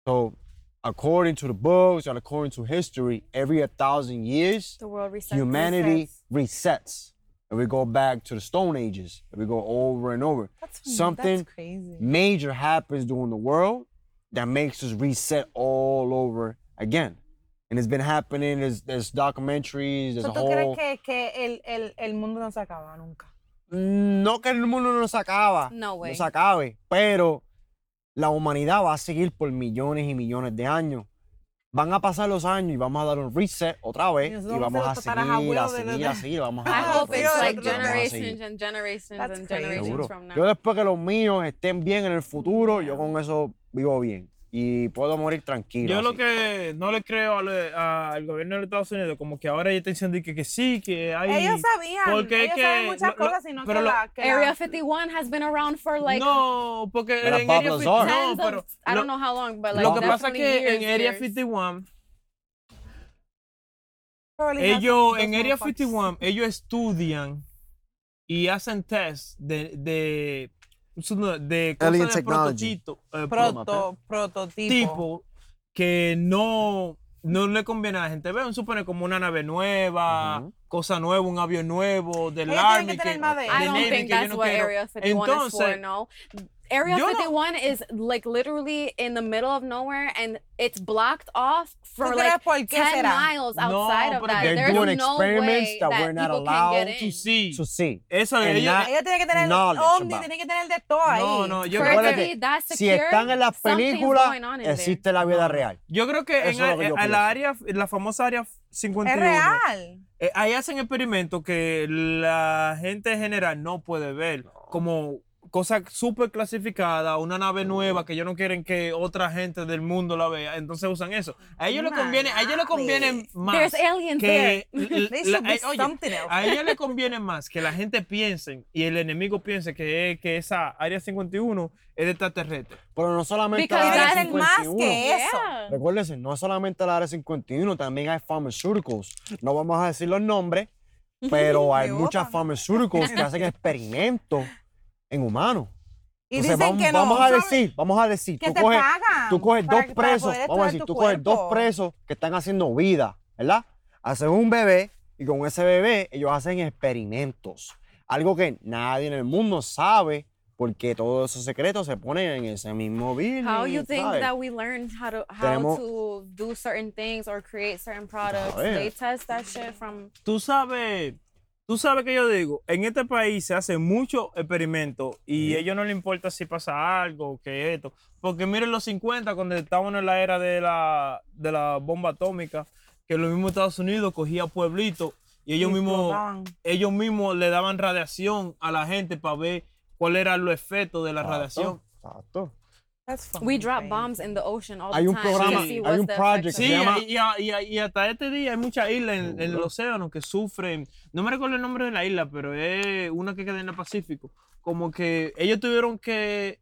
So, according to the books and according to history, every a thousand years, the world resets. humanity resets. And we go back to the Stone Ages. And we go over and over. That's- Something That's crazy. major happens during the world that makes us reset all over again. And it's been happening. There's, there's documentaries. There's So, a ¿Tú crees whole. que, que el, el, el mundo no se acaba nunca? No que el mundo no se acaba. No way. No se acabe. Pero la humanidad va a seguir por millones y millones de años. Van a pasar los años y vamos a dar un reset otra vez. Y Y, nosotros vamos vamos a a ser los seguir, a tatarabuelos de seguir, a los- seguir. Vamos a I dar hope otro it's Pero- like reset, Ah, vamos a seguir. pues, generations and generations Ah, That's and crazy. generations Seguro. from now. Yo después que los míos estén bien en el futuro, yo con eso vivo bien. Y puedo morir tranquilo. Yo lo así. que no le creo al, a- al gobierno de los Estados Unidos, como que ahora ellos están diciendo que, que sí, que hay... ellos sabían. porque es ellos saben que muchas lo- lo- cosas, sino pero que lo- la... Que Area la- 51 has been around for like no, porque Pero en Area Pablo 51... Zorro. No, tens of, pero I don't lo- know how long, but like lo que pasa es definitely que en years, Area years. 51... probabilidad Ellos, de en los Area motherfuckers. 51, ellos estudian y hacen test de, de, de cosas Alien de technology. prototipo, eh, Proto, prototipo. prototipo que no, no le conviene a la gente. Vean, supone como una nave nueva, Ujú. cosa nueva, un avión nuevo, del Ellos tienen Army. que tener que- más de del eso. I Navy don't think que yo that's no what quiero. Area 51 is for, Entonces, no. Area yo no- 51 is like literally in the middle of nowhere and it's blocked off for crees like por qué 10 será? miles No, outside of pero that. they're There's doing no experiments way that we're not people can allowed get tú in. sí. So, sí. Eso And ellos- not- Ellos tienen que tener Knowledge ovni, about- tienen que tener de todo ahí. No, no, yo For creo it to que- be that Si secure, están en las something's películas, going on in there. existe la vida real. Yo creo que en, Eso es lo que yo a- a pienso. la área, la famosa área 51. Es real. Eh, ahí hacen experimentos que la gente en general no puede ver, como cosas súper clasificadas, una nave nueva que ellos no quieren que otra gente del mundo la vea, entonces usan eso. A ellos les conviene, a ellos les conviene más There's aliens que They should la- be eh, oye, something else. a ellos les conviene más que la gente piense y el enemigo piense que, que esa área 51 es de extraterrestre. Pero no solamente Because la Tienen que área tener más 51. que eso. Yeah. Recuérdense, no solamente la área 51, también hay pharmaceuticals. No vamos a decir los nombres, pero hay Me muchas botan. pharmaceuticals que hacen experimentos en humanos. Y Entonces, dicen vamos, que no. vamos a ¿saben? decir, vamos a decir, Que tú te coges, pagan tú coges para- dos para presos, poder vamos a extraer decir, tu tú coges dos cuerpo. presos que están haciendo vida, ¿verdad? Hacen un bebé y con ese bebé ellos hacen experimentos. Algo que nadie en el mundo sabe porque todos esos secretos se ponen en ese mismo video. How you think that we learn how to how Tenemos- to do certain things or create certain products? ver. They test that shit from Tú sabes, tú sabes que yo digo, en este país se hacen muchos experimentos y a ellos no les importa si pasa algo, que esto. Porque miren los 50, cuando estábamos en la era de la, de la bomba atómica, que los mismos Estados Unidos cogía pueblitos y ellos Y mismos, explotaban. ellos mismos le daban radiación a la gente para ver cuál era los efectos de la radiación. Exacto. That's fucking we drop crazy. bombs in the ocean all Hay the un time. programa, to see hay what's un the project effects Sí, Se of it. llama- y, y- y- y hasta este día hay muchas islas en, en el océano que sufren, no me recuerdo el nombre de la isla, pero es una que queda en el Pacífico. Como que ellos tuvieron que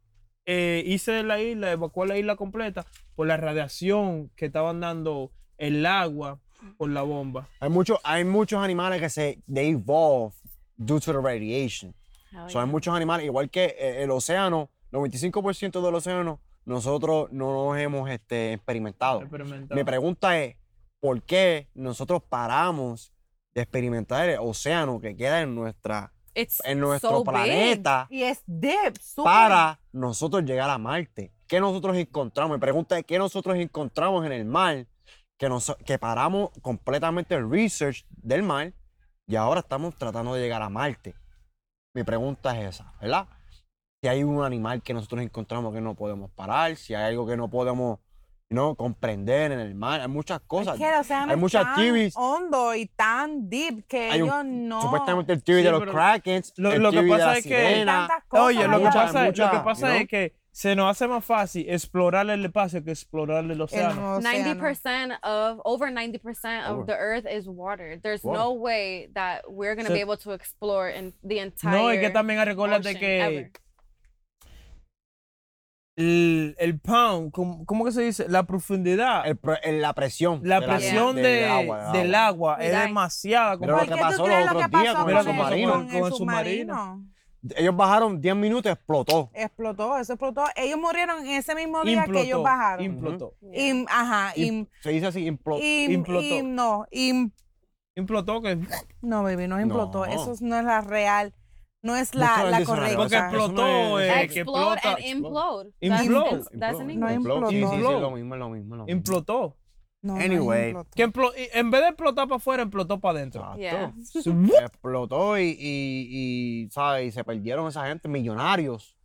eh, irse de la isla, evacuar la isla completa por la radiación que estaban dando el agua por la bomba. Hay, mucho, hay muchos animales que se they evolve due to the radiation. Hell So, yeah. hay muchos animales, igual que eh, el océano, 95% del océano, nosotros no nos hemos este, experimentado. Experimentado. Mi pregunta es, ¿por qué nosotros paramos de experimentar el océano que queda en, nuestra, It's en nuestro so big. planeta Y es deep, súper. para nosotros llegar a Marte? ¿Qué nosotros encontramos? Mi pregunta es, ¿qué nosotros encontramos en el mar? Que, nos, que paramos completamente el research del mar y ahora estamos tratando de llegar a Marte. Mi pregunta es esa, ¿verdad? Si hay un animal que nosotros encontramos que no podemos parar, si hay algo que no podemos ¿no? comprender en el mar, hay muchas cosas. Es que el océano hay es muchas tan TVs. hondo y tan deep que Hay un- ellos no. Supuestamente el TV Sí, de los pero Krakens, lo- el lo que TV de pasa la es que- sirena. Tantas cosas, Oye, lo que muchas, pasa, lo que muchas, pasa you know? es que se nos hace más fácil explorar el espacio que explorar el El océano. Ninety océano. percent of over ninety percent of Over. the Earth is water. There's Wow. no way that we're gonna So- be able to explore in the entire. No, es que también recuérdate ocean que ever. el, el pound, ¿cómo, cómo que se dice? La profundidad, El pre- el- la presión. la de presión del de, agua, del del agua. agua es Mira. demasiada. Mira ¿Por lo compadre. qué que tú pasó crees lo los que otros días pasó con con el el submarino. con Con el el submarino. submarino? Ellos bajaron 10 minutos y explotó. Explotó, eso explotó. Ellos murieron ese mismo día que ellos Implotó, bajaron. implotó, Im- ajá, im, Im- se dice así, implotó. im- implotó. im- no, im- implotó que no, baby, no implotó. No. Eso no es la real, no es Busca la, el la diccionario. correcta. Porque explotó, no es- eh, que Explode explota, and implode. explode. That's- Implode. That's an No English. implotó. Sí, sí, sí, Implotó. lo mismo, lo mismo, lo mismo. implotó. No, no es Anyway. implotó. Que emplo- y en vez de explotar para afuera, explotó para adentro. Exacto. Yeah. Explotó y, y, y, ¿sabes? Y se perdieron esa gente, millonarios.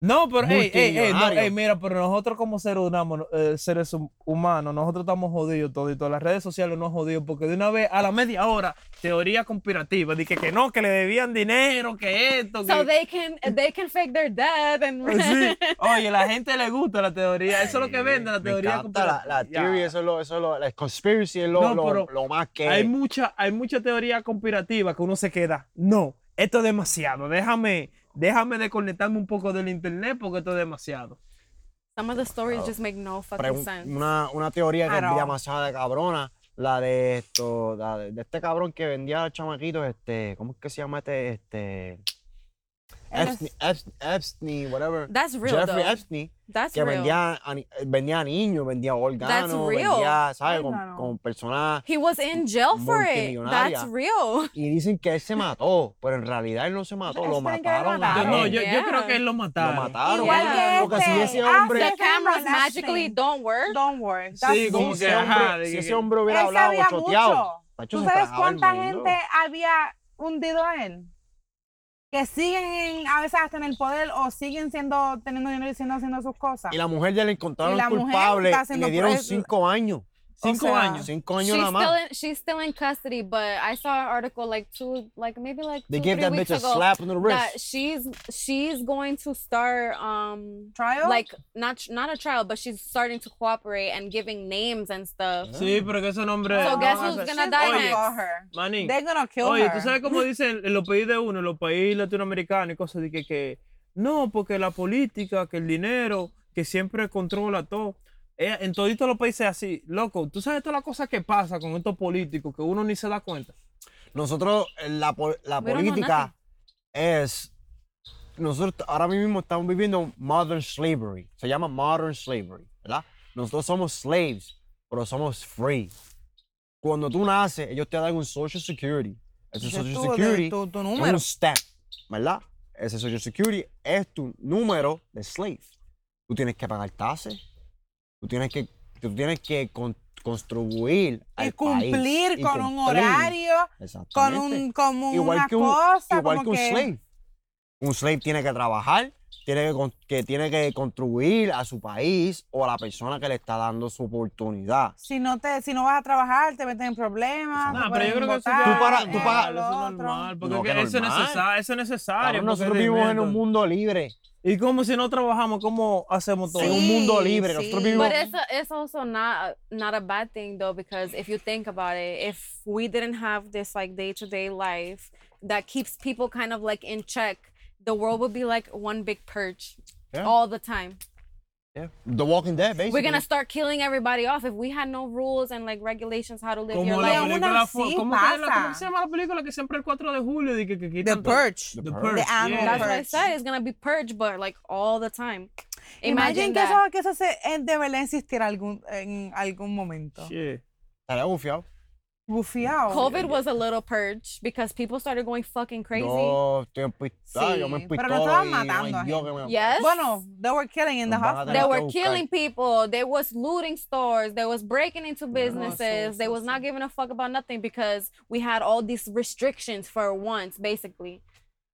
No, pero ey, ey, ey, no, Multimillonario. ey, mira, pero nosotros como seres, humanos, eh, seres hum- humanos, nosotros estamos jodidos todo y todo. Las redes sociales nos jodidos porque de una vez a la media hora, teoría conspirativa, dije que, que no, que le debían dinero, que esto, que... So they can they can fake their death and Sí. Oye, la gente le gusta la teoría, eso es lo que vende la Me teoría encanta la, la Ya. theory, eso es lo, eso es lo, la conspiracy es lo, No, lo- pero lo más que... Hay mucha, hay mucha teoría conspirativa que uno se queda, no, esto es demasiado, déjame, déjame desconectarme un poco del internet porque esto es demasiado. Some of the stories just make no Pregun- fucking sense. una, una teoría que es Claro. demasiado cabrona, la de esto, la de, de este cabrón que vendía a los chamaquitos, este, ¿cómo es que se llama este? este Él Epstein, Epstein, Epstein, whatever. That's real Jeffrey though. Epstein, That's que real. vendía a, ni- vendía a niños, vendía órganos, real. vendía, ¿sabes? Con, Órganos. con personas. He was in jail for it. That's Multimillonaria. real. Y dicen que él se mató, pero en realidad él no se mató, lo Epstein que lo mataron. a Yo, mataron. él. no, yo, yo Yeah. creo que él lo Lo mataron. mataron. Igual que Porque si este, ese hace- hombre, The cameras That's magically insane. don't work. Don't worry. that's Sí, como bullshit. si que, ese ajá, hombre, de si que- ese hombre hubiera Él hablado, sabía choteado. mucho. ¿Tú sabes cuánta gente había hundido a él? Que siguen en- a veces hasta en el poder o siguen siendo, teniendo dinero y siendo haciendo sus cosas. Y la mujer ya la encontraron Y la mujer culpable está y haciendo le dieron pruebas. cinco años. Cinco O sea, años. Cinco She's años nada still más. in, she's still in custody, but I saw an article like two, like maybe like They two, gave three that weeks bitch a ago slap on the that wrist. she's she's going to start um Trial? like not not a trial, but she's starting to cooperate and giving names and stuff. Sí, pero que ese nombre... So no guess va a who's ser- gonna She's die gonna next? kill her. Manín, They're gonna kill Oye, her. ¿tú sabes cómo dicen en los países de uno, en los países latinoamericanos y cosas de que, que no, porque la política, que el dinero, que siempre controla todo? Eh, en todos los países es así, loco, tú sabes todas las cosas que pasa con estos políticos que uno ni se da cuenta. Nosotros, eh, la, po- la We don't know política es. Nosotros t- ahora mismo estamos viviendo modern slavery. Se llama modern slavery, ¿verdad? Nosotros somos slaves, pero somos free. Cuando tú naces, ellos te dan un social security. Ese Dices social tú, de security tu- tu es número. un stamp, ¿verdad? Ese social security es tu número de slave. Tú tienes que pagar tasas. Tú tienes que, tú tienes que con- contribuir al Y cumplir país, y con un cumplir. horario, con, Exactamente. un, como igual una que un, cosa. igual como que un slave. Un slave tiene que trabajar, tiene que, con- que tiene que contribuir a su país o a la persona que le está dando su oportunidad. Si no, te, si no vas a trabajar, te meten en problemas. No, te Ah, pero pueden yo creo que eso ya- botar, Tú para- tú eh, para- lo eso es otro. normal, porque No, que que eso, es normal. necesa- eso es necesario. Cabrón, porque nosotros vivimos en realmente- un mundo libre. Y como si no trabajamos, ¿cómo hacemos todo? en un Sí, mundo libre. Nosotros sí. vivimos. But it's a, it's also not a, not a bad thing though because if you think about it, if we didn't have this like day to day life that keeps people kind of like in check, the world would be like one big purge Yeah. all the time. Yeah. The Walking Dead, basically. We're gonna start killing everybody off if we had no rules and like regulations how to live your Como Pero la aún life. película así fue- ¿cómo, que es la- pasa. cómo se llama la película que siempre el 4 de julio? De que, que The quitan todo? Purge. The The Purge. Purge. The animal yeah. That's what I purge. said. It's gonna be purge, but like all the time. Imagine Imagine que that. eso, que eso se, eh, de verdad existiera algún, en algún momento. Yeah. Estaría bufiado. bufiado. COVID was a little purge because people started going fucking crazy. Yo estoy en pistola, yo me Sí, pero empistolo. no estaban y, matando a ay, Dios, gente. que me- Yes. Bueno, they were killing in the Nos van a hospital. they tener que were buscar. killing people. They was looting stores. They was breaking into businesses. They sí, was sí. not giving a fuck about nothing because we had all these restrictions for once, basically,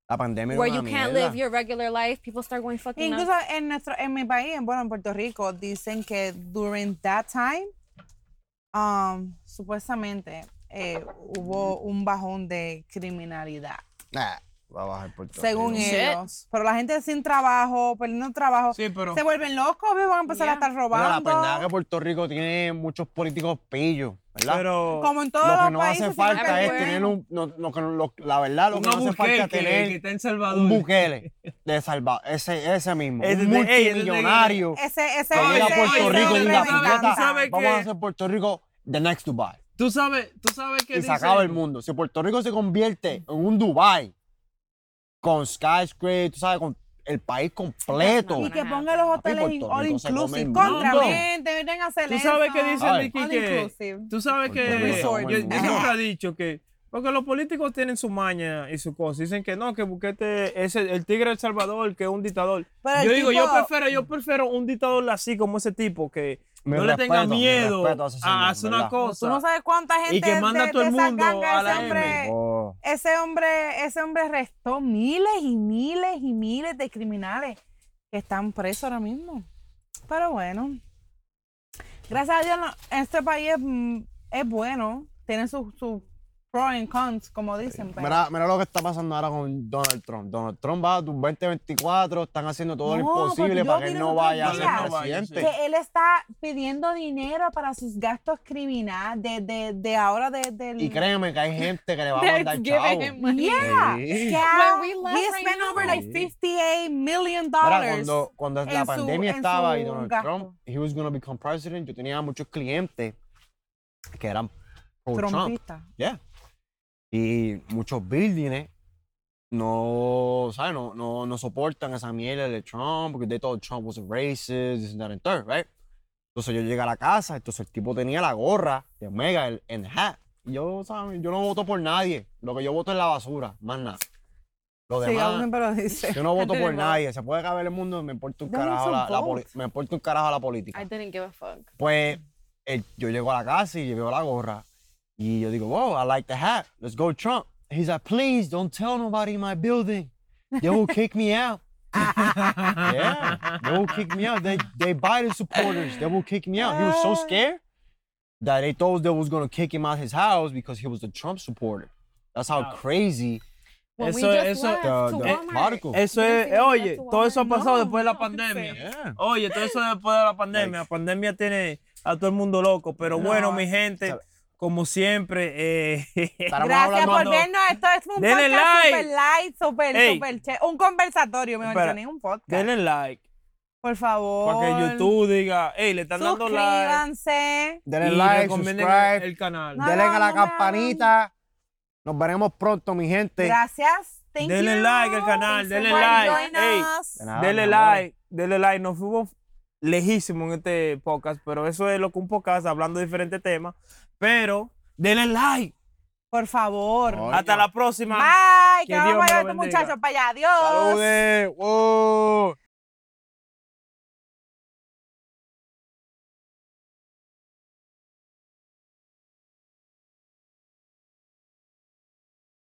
La pandemia where era you una can't mierda. live your regular life. People start going fucking. nuts. Incluso en nuestro, en mi país, en- bueno, en Puerto Rico, dicen que during that time, um, supuestamente eh, hubo un bajón de criminalidad, Nah, va a bajar por todo. según Shit. ellos. Pero la gente sin trabajo, perdiendo trabajo, Sí, pero. se vuelven locos, ¿ves? van a empezar a Yeah. estar Mira, la pendeja que robando. Puerto Rico tiene muchos políticos pillos, ¿verdad? Pero. Como en todos lo que los no países. hace siempre falta que es bueno. vuelven. tener un. no- no- que no- lo- la verdad, lo que no Una hace falta mujer es que, que tener está en Salvador. un buquele de salvar. Ese, ese mismo. Ese un de- ey, ese de- multimillonario. Ese, ese, Que Oye, llega a ese- Puerto ese Rico y hombre diga, me ¿sabes- encanta. sabes vamos a que- hacer Puerto Rico the next Dubai. Tú sabes, tú sabes que. Y se dicen- acaba el mundo. Si Puerto Rico se convierte en un Dubai con skyscraper, tú sabes, con el país completo. Y Bueno, que ajá, ponga los papi, hoteles Puerto all Rico se come el inclusive. mundo. Contra, gente, vienen a hacer Tú sabes que eso. dice Ay. Nicky All que. inclusive. Tú sabes que. Puerto Rico Yo, como yo el mundo. siempre he dicho que. Porque los políticos tienen su maña y su cosa. Dicen que no, que Buquete es el, el tigre del Salvador, que es un dictador. Pero el yo digo, yo tipo- prefiero, yo prefiero un dictador así como ese tipo, que Mi no le tenga respeto, mi miedo respeto a ese señor, a hacer una ¿verdad? Pues Tú cosa. no sabes cuánta gente Y que manda de- a todo de el esa mundo ganga, a la ese hombre, M. Oh, ese hombre, ese hombre arrestó miles y miles y miles de criminales que están presos ahora mismo. Pero bueno, gracias a Dios, no- este país es, mm, es bueno, tiene sus sus pros and cons, como dicen. pero- Mira, mira lo que está pasando ahora con Donald Trump. Donald Trump va a tu 2024, están haciendo todo No, lo pues porque imposible yo para que él vi no los otros vaya a ser días. presidente. que él está pidiendo dinero para sus gastos criminales de, de, de ahora de, del Y créeme que hay gente que le va a That's mandar giving chavo. him money. Yeah, Sí. que ha- When we left he right spent now. over like Sí. 58 million Mira, dollars. cuando, cuando en la su- pandemia en estaba y su Donald gasto. Trump, he was gonna become president, yo tenía muchos clientes que eran pro Trump. Trumpista. Yeah. Y muchos buildings no, ¿sabes? No, no, no soportan esa mierda de Trump, porque they thought Trump was a racist, this and that and third, right? Entonces yo llegué a la casa, entonces el tipo tenía la gorra de Omega, el, el hat. Y yo, ¿sabes? Yo no voto por nadie. Lo que yo voto es la basura, más nada. Lo Sí, demás, aún siempre lo dice. yo no voto por Didn't vote. nadie. Se puede caber el mundo, me importa un Don't carajo la, la poli- vote. me importa un carajo la política. I didn't give a fuck. Pues el- yo llego a la casa y yo veo la gorra y yo digo, wow, I like the hat. Let's go Trump. He's like, please don't tell nobody in my building. They will kick me out. yeah, they will kick me out. They they Biden supporters. They will kick me out. He was so scared that they thought they was gonna kick him out his house because he was a Trump supporter. That's how Wow. crazy When we Eso- just eso- left the, to the Walmart. article. Eso Yo es, pensé que oye, era tu todo eso ha abuela. pasado No, después de la no, ¿qué pandemia. Yeah. Oye, todo eso después de la pandemia. La pandemia tiene a todo el mundo loco, pero bueno, mi gente, como siempre, eh, Estaremos Gracias hablando- por vernos. Esto es un Denle podcast like. super light, super, Ey. super che- Un conversatorio, me Espera. mencioné un podcast. denle like por favor. para que YouTube diga, hey, le están dando like. Suscríbanse. Denle y like, recomienden subscribe. el canal. No, Denle a la no me hagan. campanita. Nos veremos pronto, mi gente. Gracias. Thank Denle you. like al canal, Thanks denle for like. joining Ey. us. De nada, Dele mi amor. like, dele like. Nos fuimos lejísimos en este podcast, pero eso es lo que un podcast hablando de diferentes temas. Pero denle like. Por favor. Oye. Hasta la próxima. Bye. Que, Que Dios vamos a me llevar lo estos bendiga. muchachos para allá. Adiós. Salude. Whoa.